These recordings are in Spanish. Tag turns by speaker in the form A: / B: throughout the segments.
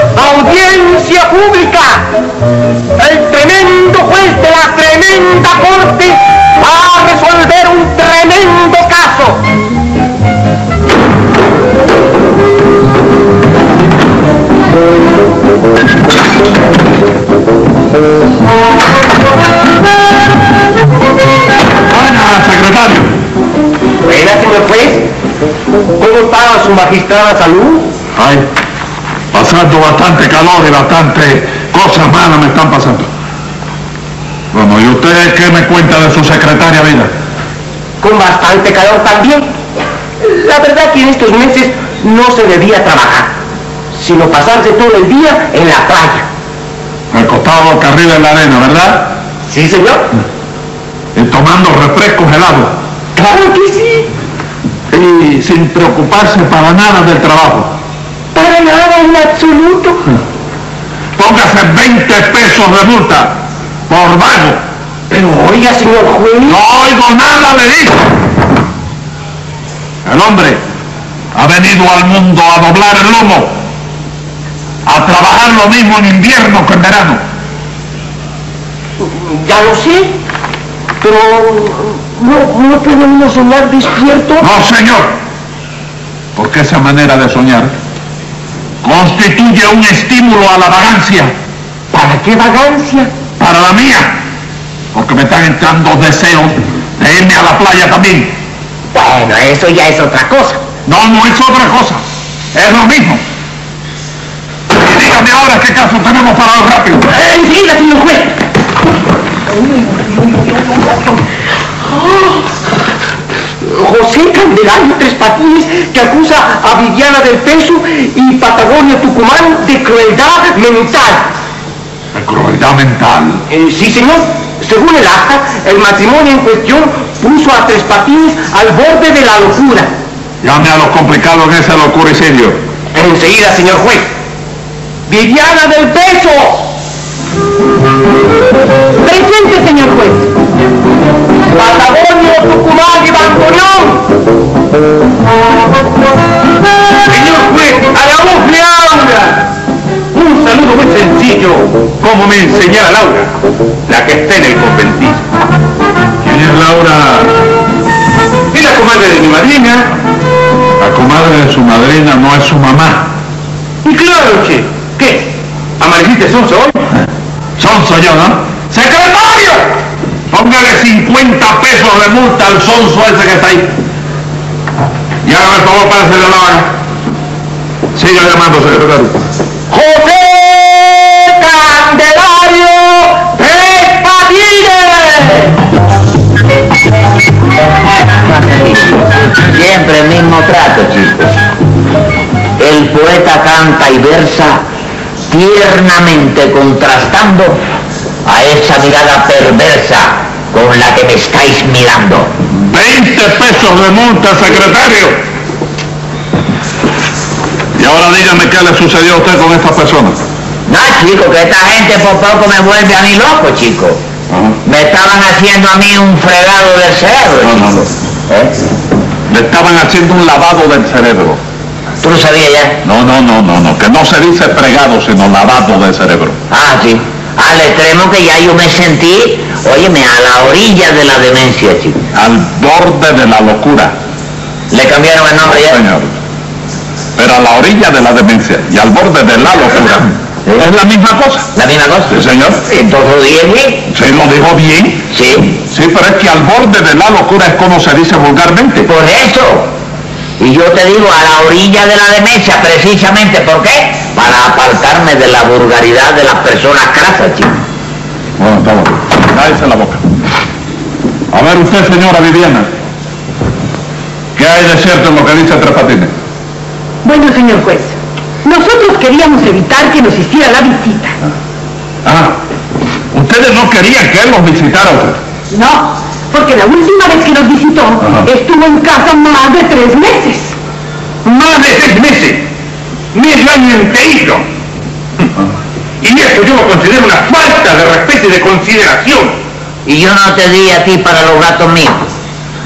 A: Audiencia pública. El tremendo juez de la tremenda corte va a resolver un tremendo caso.
B: Buenas, secretario.
A: Buenas, señor juez. ¿Cómo está su magistrada salud?
B: Ay, pasando bastante calor y bastante cosas malas me están pasando. Bueno, ¿y usted qué me cuenta de su secretaria vida?
A: Con bastante calor también. La verdad que en estos meses no se debía trabajar, sino pasarse todo el día en la playa.
B: Al costado boca arriba en la arena, ¿verdad?
A: ¿Sí, señor?
B: Y tomando refrescos helados.
A: Claro que sí.
B: Y sin preocuparse para nada del trabajo.
A: Para nada en absoluto.
B: Póngase 20 pesos de multa por vago.
A: Pero oiga, señor juez.
B: No oigo nada, le digo. El hombre ha venido al mundo a doblar el lomo, a trabajar lo mismo en invierno que en verano.
A: Ya lo sé. Pero no, no puede uno soñar despierto.
B: No, señor, porque esa manera de soñar constituye un estímulo a la vagancia
A: ¿Para qué vagancia?
B: para la mía, porque me están entrando deseos de irme a la playa también.
A: Bueno, eso ya es otra cosa.
B: No, no es otra cosa, es lo mismo. Y dígame ahora qué caso tenemos para hoy rápido.
A: Enseguida, señor juez. Ah, José Candelario Tres Patines que acusa a Viviana del Peso y Patagonia Tucumán de crueldad mental.
B: La crueldad mental.
A: Eh, sí, señor. Según el acta, el matrimonio en cuestión puso a Tres Patines al borde de la locura.
B: Llame a los complicados en ese locuricidio.
A: Enseguida, señor juez. Viviana del Peso.
C: Presente, señor juez.
A: Patagonio Tucumán y Bandoneón. Señor juez, a la voz de Laura. Un saludo muy sencillo, como me enseñara Laura, la que está en el conventillo.
B: ¿Quién es Laura?
A: Es la comadre de mi madrina.
B: La comadre de su madrina no es su mamá.
A: Y claro, che. ¿Qué? ¿Amaneciste sonso hoy?
B: Sonso yo, ¿no? ¡Secretario! Póngale 50 pesos de multa al sonso ese que está ahí. Y ahora me favor para hacerle la vaga. Siga llamando, secretario.
A: José Candelario Tres Patines.
D: Siempre el mismo trato, chicos. El poeta canta y versa tiernamente contrastando a esa mirada perversa con la que me estáis mirando.
B: 20 pesos de multa, secretario. Y ahora dígame qué le sucedió a usted con esta persona.
D: No, chico, que esta gente por poco me vuelve a mí loco, chico. Me estaban haciendo a mí un fregado de cerebro,
B: No, no,
D: chico. ¿Eh?
B: Le estaban haciendo un lavado del cerebro.
D: ¿Tú lo sabías ya?
B: No, no, no, no, no, que no se dice fregado, sino lavado de cerebro.
D: Ah, sí. Al extremo que ya yo me sentí, óyeme, a la orilla de la demencia, chico.
B: Al borde de la locura,
D: Le cambiaron el nombre ya.
B: señor. Pero a la orilla de la demencia y al borde de la locura. Es la misma cosa.
D: La misma cosa.
B: Sí, señor.
D: Entonces lo dije bien.
B: Sí, lo dijo bien.
D: Sí.
B: Sí, pero es que al borde de la locura es como se dice vulgarmente.
D: Por eso. Y yo te digo, a la orilla de la demencia, precisamente, ¿por qué? Para apartarme de la vulgaridad de las personas crasas, chico.
B: Bueno, está bueno. Cállese la boca. A ver usted, señora Viviana. ¿Qué hay de cierto en lo que dice Tres Patines?
C: Bueno, señor juez. Nosotros queríamos evitar que nos hiciera la visita.
B: Ah, ustedes no querían que él los visitara a usted.
C: No, porque la última vez que nos visitó
B: Ajá.
C: estuvo en casa más de tres meses.
B: Más de seis meses. Medio año entero. Y eso yo lo considero una falta de respeto y de consideración.
D: Y yo no te di a ti para los gatos míos.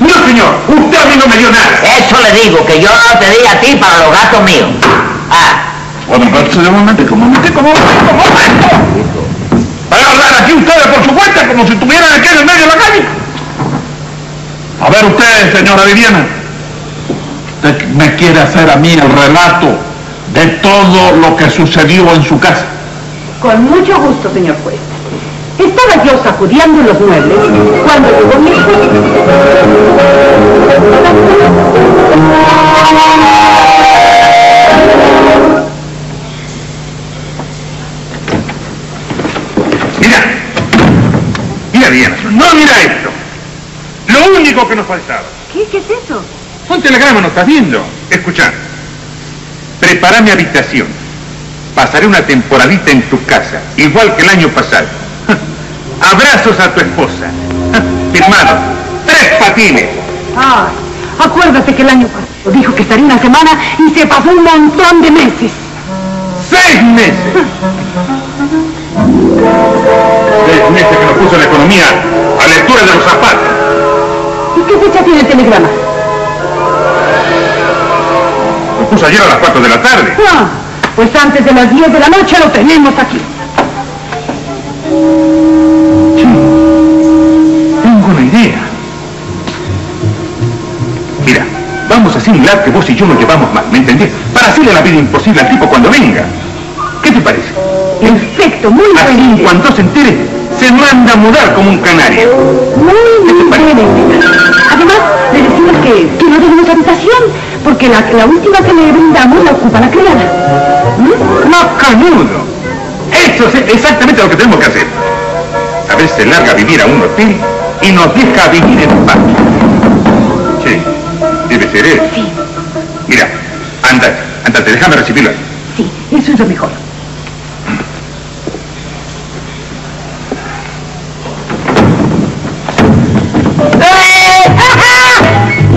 B: No, señor, usted a mí no me dio nada.
D: Eso le digo, que yo no te di a ti para los gatos míos. Ah,
B: Bueno, entonces de momento, como momento, como momento, como momento. Van a hablar aquí ustedes por su cuenta, como si estuvieran aquí en el medio de la calle. A ver usted, señora Viviana, usted me quiere hacer a mí el relato de todo lo que sucedió en su casa.
C: Con mucho gusto, señor juez. Estaba yo sacudiendo los muebles cuando llegó mi hijo.
B: Mira, mira Viviana, no mira esto. Lo único que nos faltaba.
C: ¿Qué, ¿Qué es eso?
B: Un telegrama no estás viendo. Escucha. Prepara mi habitación. Pasaré una temporadita en tu casa, igual que el año pasado. Abrazos a tu esposa. Firmado. Tres patines.
C: Ah, acuérdate que el año pasado dijo que estaría una semana y se pasó un montón de meses.
B: Seis meses. Seis meses que nos puso la economía a la altura de los zapatos.
C: ¿Y qué fecha tiene el telegrama?
B: Nos puso ayer a las cuatro de la tarde.
C: Ah, pues antes de las 10 de la noche lo tenemos aquí.
B: Tengo una idea. Mira, vamos a simular que vos y yo nos llevamos mal, ¿me entendés? Para hacerle la vida imposible al tipo cuando venga. ¿Qué te parece?
C: Perfecto, muy
B: Así en
C: bien.
B: cuanto se entere, se manda a mudar como un canario.
C: Muy bien. Además, le decimos que, que no tenemos habitación, porque la, la última que le brindamos la ocupa la criada. ¿Mm?
B: ¡No, canudo! Eso es exactamente lo que tenemos que hacer. A ver, se larga a vivir a un hotel y nos deja vivir en paz. Sí, debe ser eso.
C: Sí,
B: Mira, andate, andate, déjame recibirlo. ahí.
C: sí, eso es lo mejor.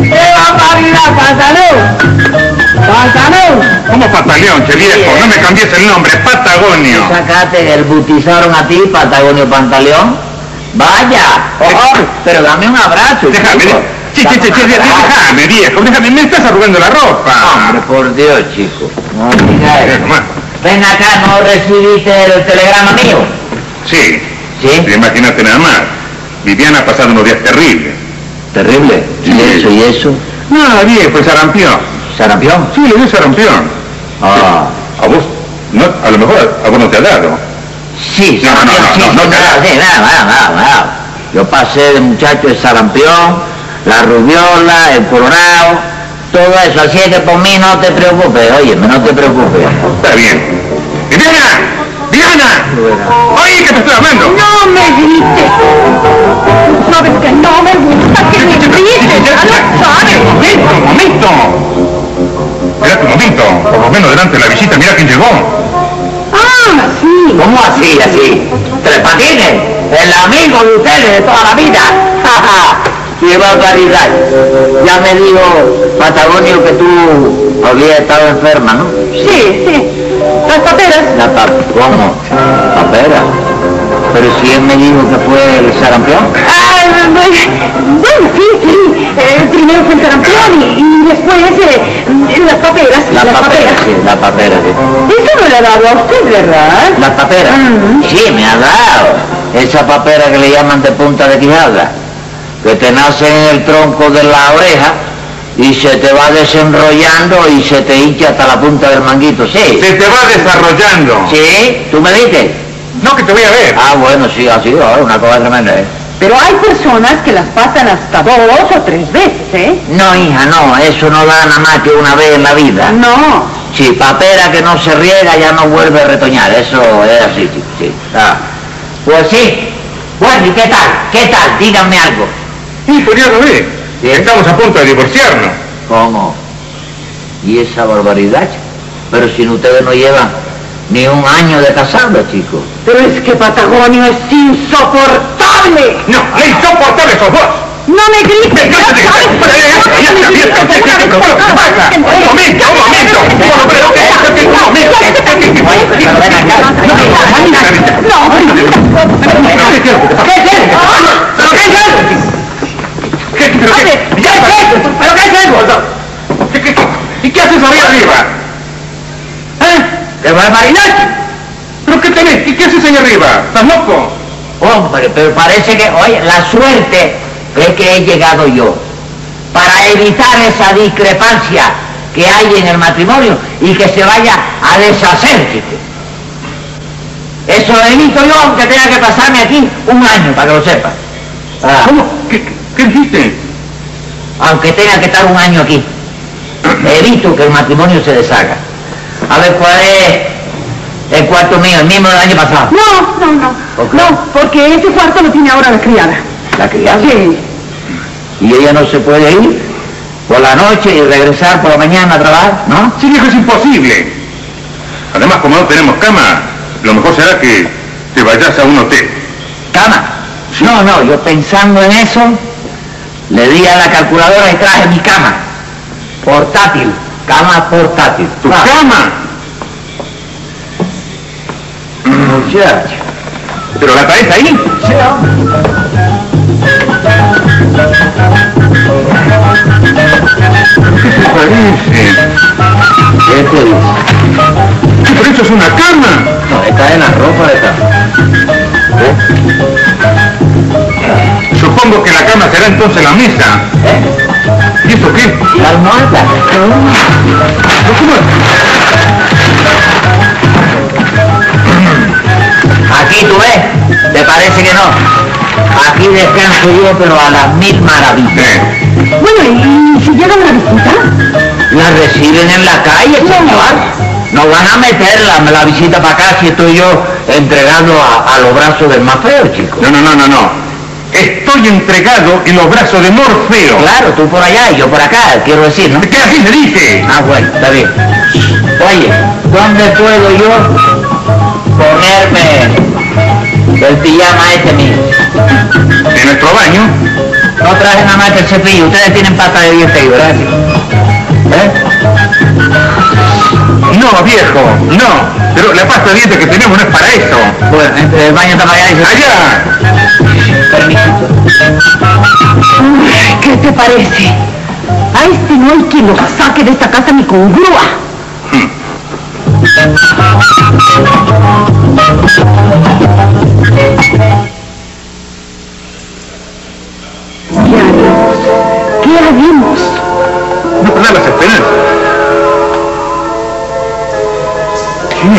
A: ¡Qué barbaridad, Pataleo! ¡Pataleo!
B: ¿Cómo pataleón, che viejo? No
D: eh.
B: me cambies el nombre, Patagonio.
D: sacaste el butizaron a ti, Patagonio Pantaleón. Vaya, oh, pero dame un abrazo.
B: Déjame,
D: chico.
B: de- che, che, che,
D: Dame
B: che,
D: un
B: de-
D: abrazo.
B: déjame, viejo, déjame, me estás arrugando la
D: Hombre,
B: ropa.
D: por Dios, chico. No digas
B: Mira
D: eso.
B: nomás.
D: Ven acá, ¿no recibiste el telegrama mío?
B: Sí,
D: Sí.
B: imagínate nada más. Viviana ha pasado unos días terribles.
D: Terrible. ¿Y eso y eso?
B: Nada, viejo, es sarampión.
D: ¿Sarampión?
B: Sí, le dio sarampión.
D: Ah.
B: A vos, no, a lo mejor a vos no te ha dado.
D: Sí,
B: No, no,
D: sarampión,
B: no,
D: sí,
B: no,
D: sí,
B: no te
D: nada,
B: hagas.
D: sí, nada, nada, nada, nada. Yo pasé de muchacho el sarampión, la rubiola, el coronado, todo eso, así es que por mí no te preocupes, oye, no te preocupes.
B: Está bien. ¡Viviana! ¡Viviana! ¡Oye, que te estoy hablando!
C: ¡No me grites! ¿Sabes que no me gusta que me grites? ¡Ya lo sabes!
B: ¡Momento, momento! Espera un momento, por lo menos delante de la visita, mira quién llegó.
C: ¡Ah, sí!
D: ¿Cómo así, así? Tres patines, el amigo de ustedes de toda la vida. ¡Ja, ja! ¡Qué barbaridad! Ya me dijo Patagonio que tú habías estado enferma, ¿no?
C: Sí, sí. Las paperas.
D: La pap ¿Cómo? ¿Papera? Pero si él me dijo que fue el sarampión.
C: Ah, bueno, bueno, sí, sí. Eh, primero fue el sarampión y, y después eh, las paperas.
D: La
C: las
D: papera,
C: paperas.
D: sí, la papera, sí.
C: Eso no le ha dado a usted, ¿verdad?
D: La papera.
C: Ujú.
D: Sí, me ha dado. Esa papera que le llaman de punta de quijada, que te nace en el tronco de la oreja y se te va desenrollando y se te hincha hasta la punta del manguito, sí.
B: Se te va desarrollando.
D: Sí, tú me diste.
B: No, que te voy a ver.
D: Ah, bueno, sí, así, ahora una cosa tremenda, ¿eh?
C: Pero hay personas que las pasan hasta dos o tres veces, ¿eh?
D: No, hija, no, eso no da nada más que una vez en la vida.
C: No.
D: Sí, papera que no se riega ya no vuelve a retoñar, eso es así, sí, sí. Ah, Pues sí. Bueno, ¿y qué tal? ¿Qué tal? Díganme algo.
B: Y pues ya lo ves. Estamos a punto de divorciarnos.
D: ¿Cómo? ¿Y esa barbaridad? chico? Pero si ustedes no llevan ni un año de casados, chicos.
C: Pero es que Patagonio es insoportable.
B: No, la insoportable sos vos.
C: ¡No me grites!
B: Cállate,
C: ¡No sabes por qué no
B: cállate,
C: me
B: cállate,
C: gritas!
B: cállate,
C: Una vez
B: cállate,
C: por todas,
B: cállate,
C: que me
B: cállate,
C: oyes.
B: un momento, un momento, un momento, cállate, un momento,
C: Cállate,
B: cállate,
C: cállate,
B: cállate,
C: cállate,
B: cállate,
C: cállate,
B: cállate,
C: cállate,
B: cállate, cállate,
C: cállate, no,
B: ¿Qué es eso? ¿Pero qué es eso? ¿Qué, pero qué? ¿Ya qué? ¿Pero qué es eso? ¿Qué, qué, qué? ¿Y qué haces ahí arriba? ¿Eh? ¿Te va a marinar? ¿Pero qué tenés? ¿Qué, qué haces ahí arriba? ¿Estás loco?
D: Hombre, pero parece que, oye, la suerte es que he llegado yo para evitar esa discrepancia que hay en el matrimonio y que se vaya a deshacer, chico. Eso lo evito yo aunque tenga que pasarme aquí un año, para que lo sepa. Ah,
B: ¿Cómo? ¿Qué, qué, qué dijiste?
D: aunque tenga que estar un año aquí, evito que el matrimonio se deshaga. A ver, ¿cuál es el cuarto mío? El mismo del año pasado.
C: No, no, no.
D: Ok.
C: No, porque ese cuarto lo tiene ahora la criada.
D: La criada.
C: Sí.
D: y ella no se puede ir por la noche y regresar por la mañana a trabajar, ¿no?
B: Sí, viejo, es imposible. Además, como no tenemos cama, lo mejor será que te vayas a un hotel.
D: Cama. No, no, yo pensando en eso, le di a la calculadora y traje mi cama. Portátil, cama portátil.
B: ¿Tu
D: Ah,
B: cama?
D: muchacho.
B: ¿Pero la traes ahí?
D: ¿Qué
B: ¿Qué te parece?
D: te dice?
B: Sí, pero esto es una cama.
D: No, está en la ropa de cama. ¿Eh?
B: Supongo que la cama será entonces la mesa.
D: ¿Eh?
B: ¿Y eso qué?
D: La almohada.
B: ¿Pero cómo es?
D: Aquí tú ves, te parece que no. Aquí descanso yo, pero a las mil maravillas.
B: Eh,
C: Bueno, ¿y si llega una visita?
D: La reciben en la calle, señor. Nos van a meterla, la, visita para acá si estoy yo entregando a, a los brazos del más feo, chico.
B: No, no, no, no, no. Estoy entregado en los brazos de Morfeo.
D: Claro, tú por allá y yo por acá, quiero decir, ¿no?
B: ¿Qué así se dice?
D: Ah, bueno, está bien. Oye, ¿dónde puedo yo ponerme el pijama este mío?
B: De nuestro baño.
D: No traje nada más que el cepillo, ustedes tienen pata de diente ahí, ¿verdad? chico? ¿Eh?
B: No, viejo, no. Pero la pasta de dientes que tenemos no es para eso.
D: Bueno, entre el baño está para allá y se...
B: Allá.
D: Permiso.
C: Uy, ¿Qué te parece? A este no hay quien lo saque de esta casa ni con grúa. ¿Qué haremos? ¿Qué haremos?
B: No perdas las esperanzas. Sí.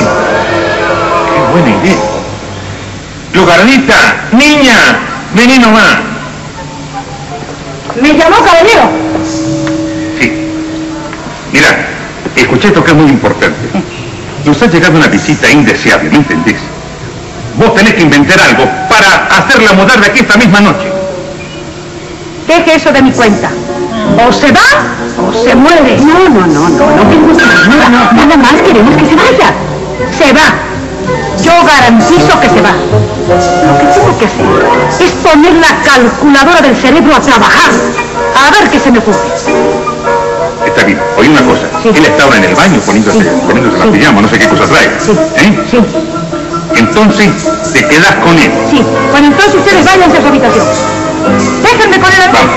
B: Qué buena idea. Lugarnita, niña, vení nomás.
C: Me llamó caballero.
B: Sí. Mira, escuché esto que es muy importante. Nos ha llegado una visita indeseable, ¿me entendés? Vos tenés que inventar algo para hacerla mudar de aquí esta misma noche.
C: Deje eso de mi cuenta. O se va o se muere. No, no, no, no, no queremos que se muera. Nada más queremos que se vaya. Se va. Yo garantizo que se va. Lo que tengo que hacer es poner la calculadora del cerebro a trabajar. A ver qué se me ocurre.
B: Está bien, oye una cosa.
C: Sí.
B: Él está ahora en el baño poniéndose,
C: Sí.
B: poniéndose la
C: Sí.
B: pijama, no sé qué cosa trae.
C: Sí.
B: ¿Eh?
C: Sí,
B: Entonces, te quedas con él.
C: sí. Bueno, entonces ustedes váyanse a su habitación. Déjenme con el
B: Vamos.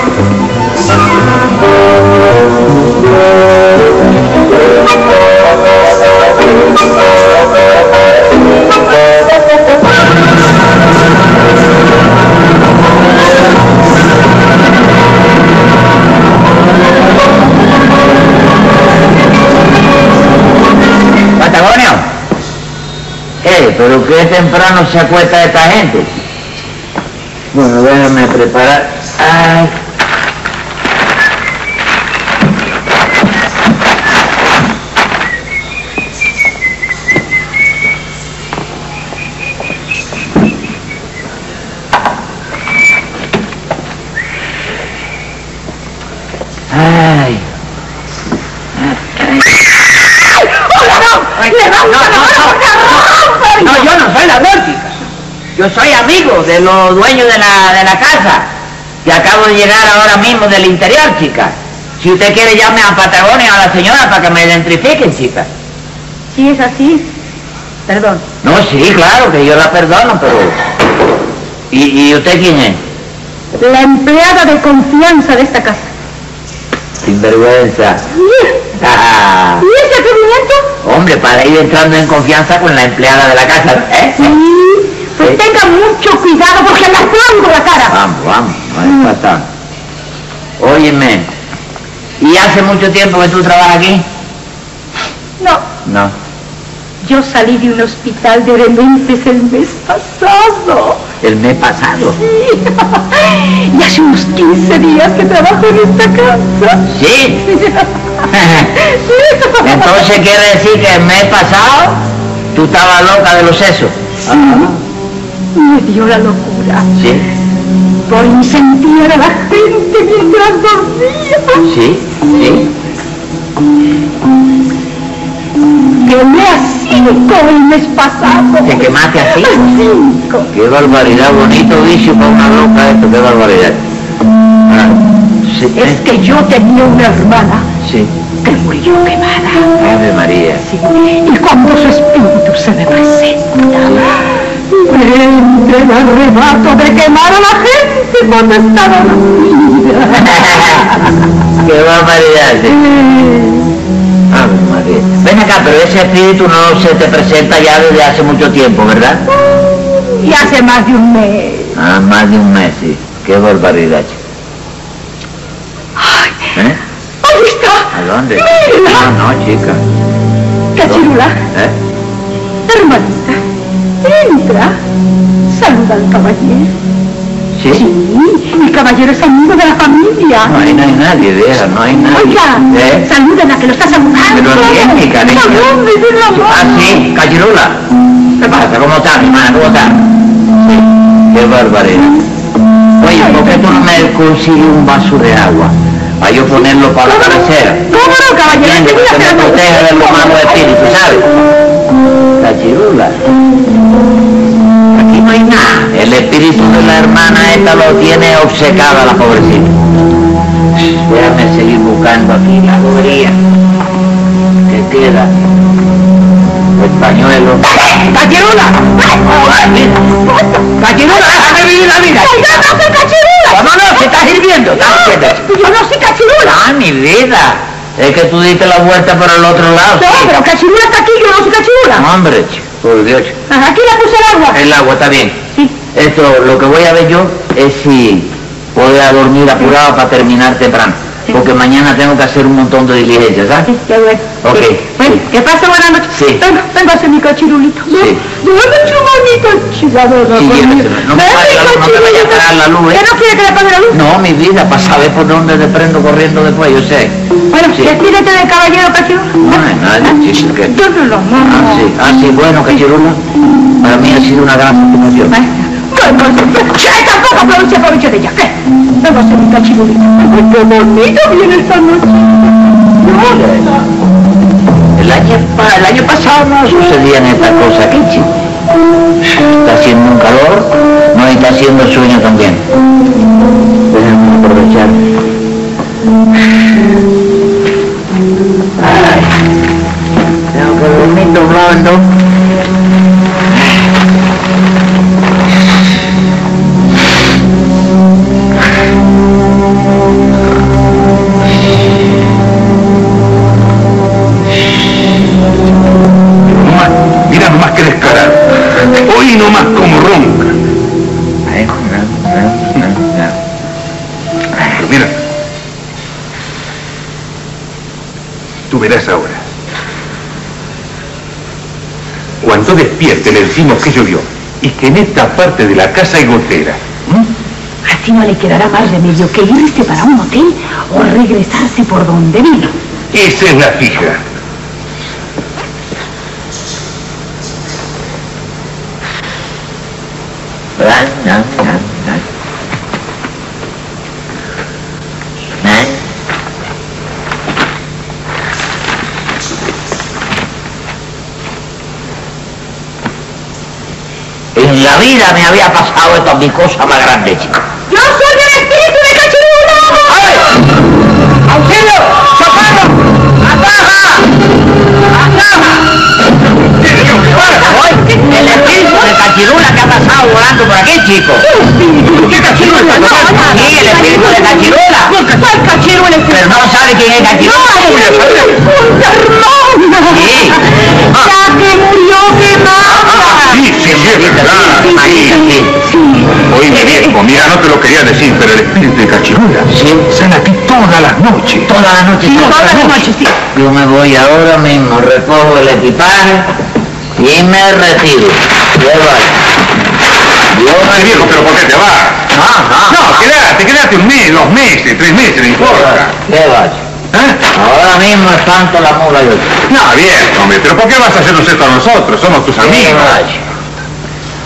D: Patagonio. Eh, pero qué temprano se acuesta esta gente. Bueno, déjame preparar. Ay. Ay. No, yo no soy la chica. Yo soy amigo de los dueños de la, de la casa. que acabo de llegar ahora mismo del interior, chica. Si usted quiere, llame a Patagonia a la señora para que me identifiquen, chica.
C: Si es así, perdón.
D: No, sí, claro, que yo la perdono, pero... ¿Y, y usted quién es?
C: La empleada de confianza de esta casa.
D: Sinvergüenza.
C: ¿Y
D: Ah,
C: ese atrevimiento?
D: hombre, para ir entrando en confianza con la empleada de la casa, ¿eh?
C: Sí. Pues
D: Sí. Ah.
C: tenga mucho cuidado porque la pongo la cara.
D: Vamos, vamos, no es pasado. Óyeme, ¿y hace mucho tiempo que tú trabajas aquí?
C: No,
D: No.
C: yo salí de un hospital de dementes el mes pasado.
D: El mes pasado.
C: Sí. Y hace unos 15 días que trabajo en esta casa.
D: Sí. Ah.
C: Sí.
D: Entonces quiere decir que el mes pasado tú estabas loca de los sesos.
C: Sí. Me dio la locura.
D: Sí,
C: Por incendiar a la gente mientras dormía.
D: sí, sí.
C: Quemé a cinco el mes pasado.
D: ¿Te quemaste así?
C: A cinco.
D: Qué barbaridad, bonito vicio para una loca esto, qué barbaridad. Ah, sí,
C: Es que yo tenía una hermana
D: sí.
C: que murió quemada.
D: Ave María.
C: Sí. Y cuando su espíritu se me presenta, me entra el arrebato de quemar a la gente cuando estaba dormida.
D: qué barbaridad, sí. Ave María. Ven acá, pero ese espíritu no se te presenta ya desde hace mucho tiempo, ¿verdad?
C: Y hace más de un mes.
D: Ah, más de un mes, sí. Qué barbaridad. chica. ¿Eh?
C: ¡Ahí está!
D: ¿A dónde?
C: ¡Mírala!
D: No, no, chica.
C: Cachirula,
D: ¿Eh?
C: hermanita, entra. Saluda al caballero.
D: ¿Sí?
C: Sí, el caballero es amigo de la familia.
D: No, ahí no hay nadie, vieja, no hay nadie.
C: Oiga,
D: ¿Eh?
C: salúdala que lo está saludando.
D: Pero bien, mi cariño.
C: No, hombre, de la
D: Ah,
C: mano.
D: sí, Cachirula. ¿Qué pasa? ¿Cómo está, mi hermana? ¿Cómo está? Sí. Qué barbaridad. Oye, ¿por qué tú no me consigues un vaso de agua? Para yo ponerlo para la cabecera.
C: ¿Cómo no, caballero?
D: Entiende,
C: Enseguida
D: que
C: se
D: me
C: la-
D: proteja de los malos espíritus, ¿sabes? Cachirula. Aquí no hay nada. El espíritu de la hermana esta lo tiene obcecada la pobrecita. Déjame seguir buscando aquí la gobería. que queda? El pañuelo.
C: ¡Cachirula!
D: ¡Cachirula, déjame vivir la vida!
C: ¡Ay, no, no soy cachirula!
D: ¡Cómo no! ¡Se está hirviendo! ¡Está hirviendo!
C: ¡Yo no soy cachirula!
D: ¡Ah, mi vida! Es que tú diste la vuelta por el otro lado.
C: No, pero cachirula está aquí, yo no soy cachirula.
D: Hombre, chico, por Dios. chico.
C: Ajá, Aquí la puse el agua.
D: El agua está bien.
C: Sí.
D: Esto, lo que voy a ver yo es si voy a dormir apurado para terminar temprano.
C: Sí.
D: Porque mañana tengo que hacer un montón de diligencias, ¿sabes?
C: Sí, ya duele.
D: Ok.
C: Sí. Bueno, que pase buena noche.
D: Sí.
C: Vengo, vengo a hacer mi cachirulito.
D: Sí.
C: Duerme chumanito, chillador.
D: Sí, lléveselo. No me apague la luz, no te vaya a apagar la luz, ¿eh?
C: ¿Ya no quiere que le apague la luz?
D: No, mi vida, para saber por dónde te prendo corriendo después, yo sé.
C: Bueno,
D: Sí.
C: despídete del caballero, cachirula.
D: No hay nadie, chico, que...
C: Yo no lo mando.
D: Ah, sí, ah, sí, bueno, Cachirula, para mí ha sido una gran satisfacción.
C: tampoco aprovecha, aprovecha de ella. ¿Qué? Vengo a hacer mi cachirulito. Ay, qué bonito viene esta noche.
D: El año, pa- el año pasado no sucedían estas cosas aquí, chico. Está haciendo un calor, no está haciendo sueño también. Déjame aprovechar. Ay, tengo que dormir doblando.
B: Nomás, mira nomás que descarado. Hoy nomás como ronca.
D: Ay, no, no, no, no.
B: Pero mira. Tú verás ahora. Cuando despierten le decimos que llovió y que en esta parte de la casa hay gotera.
D: ¿Mm?
C: Así no le quedará más remedio que irse para un hotel o regresarse por donde vino.
B: Esa es la fija.
D: Ay, no, no, no. Ay. En la vida me había pasado esta mi cosa más grande, chico.
C: ¡Yo soy el espíritu
D: cachico.
B: ¿Qué cachirulo está tomando?
D: Sí, el espíritu de Cachirola.
C: ¿Cuál cachero el
D: Pero
C: espíritu?
D: no sabe quién es
C: ¡No,
D: Cachirola.
C: hermana!
D: Sí.
C: ¡Ya que murió, qué
B: Ah,
C: mala!
B: sí, sí, sí, es verdad.
D: Sí, sí, sí.
B: Oye, viejo, mira, no te lo quería decir, pero el espíritu de Cachirola
D: Sí.
B: sale aquí todas las noches.
D: Toda la noche.
C: Todas las noches, sí.
D: Yo me voy ahora mismo, recojo el equipaje y me retiro. Yo voy. Yo
B: Ay,
D: me
B: viejo, pero ¿por qué te vas?
D: Ah, ah,
B: No,
D: ah.
B: quédate, quédate un mes, dos meses, tres meses, no importa.
D: ¿Qué vas?
B: ¿Eh?
D: Ahora mismo espanto la mula yo.
B: No, viejo, hombre, pero ¿por qué vas a hacernos esto a nosotros? Somos tus
D: ¿Qué
B: amigos.
D: vas?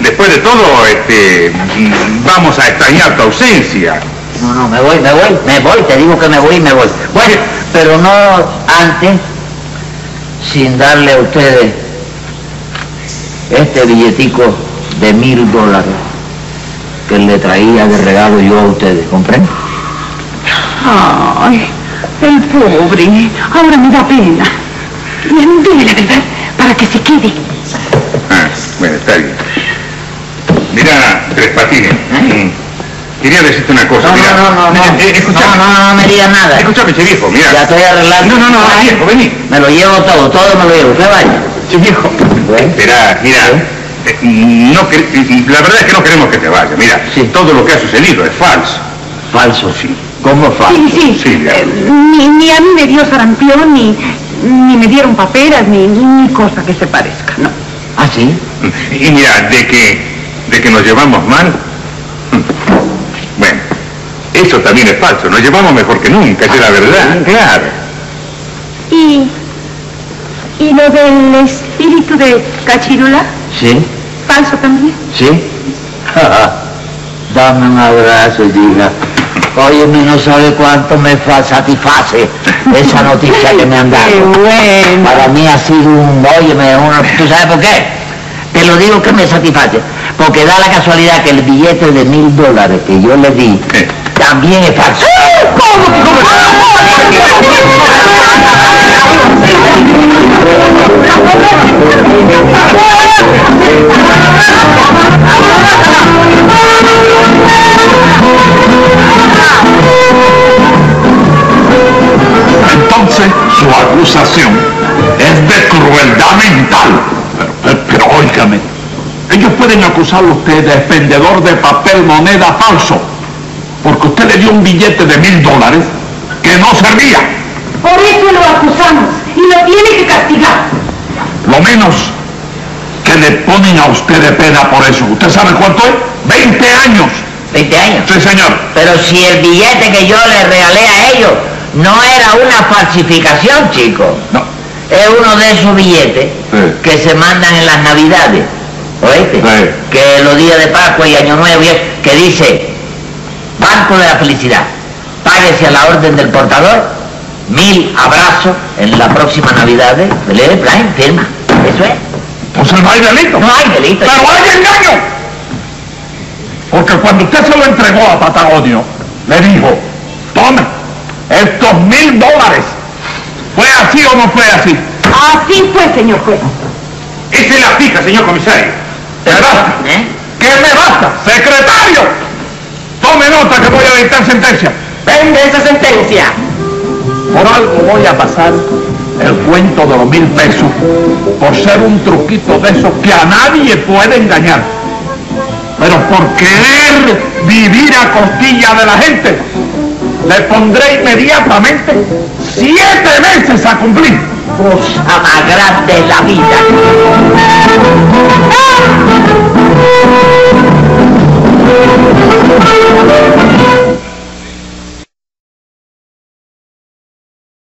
B: Después de todo, este, mm, vamos a extrañar tu ausencia.
D: No, no, me voy, me voy, me voy, te digo que me voy y me voy. Bueno, pero no antes, sin darle a ustedes este billetico de mil dólares que le traía de regalo yo a ustedes, ¿comprenden?
C: Ay, el pobre. Ahora me da pena. Bien, dime la verdad, para que se quede.
B: Ah, bueno, está bien. Mira, Tres Patines, mm, quería decirte una cosa,
D: ¿Eh? No,
B: mira.
D: no, no, no, no.
B: Eh, eh,
D: no, no,
B: escúchame,
D: no, no me digas nada.
B: Ah, escúchame, che, viejo, mira.
D: Ya estoy arreglando.
B: No, no, no, viejo, vení.
D: Me lo llevo todo, todo me lo llevo. ¿Qué vaya?
B: Che, viejo.
D: Bueno,
B: Espera, mira, eh, no quer- la verdad es que no queremos que te vayas. Mira,
D: Sí.
B: todo lo que ha sucedido es falso.
D: falso, sí. ¿Cómo falso?
C: Sí, sí.
B: Sí, ya.
C: Eh, ni, ni a mí me dio sarampión, ni, ni me dieron paperas, ni, ni cosa que se parezca, no.
D: ¿Ah, sí?
B: Mm, Y mira, de que, de que nos llevamos mal. mm, Bueno, eso también es falso. Nos llevamos mejor que nunca, esa es la verdad. Claro.
C: ¿Y, y lo del espíritu de Cachirula?
D: Sí.
C: ¿Falso también?
D: ¿Sí? Dame un abrazo, hija. Óyeme, no sabe cuánto me fa- satisface esa noticia que me han dado.
C: bueno!
D: Para mí ha sido un, óyeme, uno, ¿tú sabes por qué? Te lo digo que me satisface, porque da la casualidad que el billete de mil dólares que yo le di
B: Sí.
D: también es falso.
B: ¿Cómo que cómo Entonces, su acusación es de crueldad mental. Pero, pero óigame, ellos pueden acusarlo a usted de expendedor de papel moneda falso, porque usted le dio un billete de mil dólares que no servía.
C: Por eso lo acusamos y lo tiene que castigar.
B: Lo menos que le ponen a usted de pena por eso. ¿Usted sabe cuánto es? ¡20 años!
D: 20 años.
B: Sí, señor.
D: Pero si el billete que yo le regalé a ellos no era una falsificación, chico.
B: No.
D: Es uno de esos billetes
B: Sí.
D: que se mandan en las navidades, ¿oíste?
B: Sí.
D: Que los días de Pascua y Año Nuevo, y eso, que dice, Banco de la Felicidad, páguese a la orden del portador, mil abrazos en la próxima Navidad, ¿eh? Lee, Brian, firma, eso es.
B: Entonces no hay delito.
D: No hay delito.
B: ¡Pero
D: chico.
B: hay engaño! Porque cuando usted se lo entregó a Patagonio, le dijo, tome estos mil dólares. ¿Fue así o no fue así?
C: Así fue, señor juez.
B: Esa es la fija, señor comisario. ¿Qué me basta?
D: ¿Eh?
B: ¿Qué me basta? ¡Secretario! Tome nota que voy a dictar sentencia.
D: Vende esa sentencia.
B: Por algo voy a pasar el cuento de los mil pesos por ser un truquito de esos que a nadie puede engañar. Pero por querer vivir a costilla de la gente, le pondré inmediatamente siete meses a cumplir.
D: Cosa más grande es la vida.
C: ¡Ay,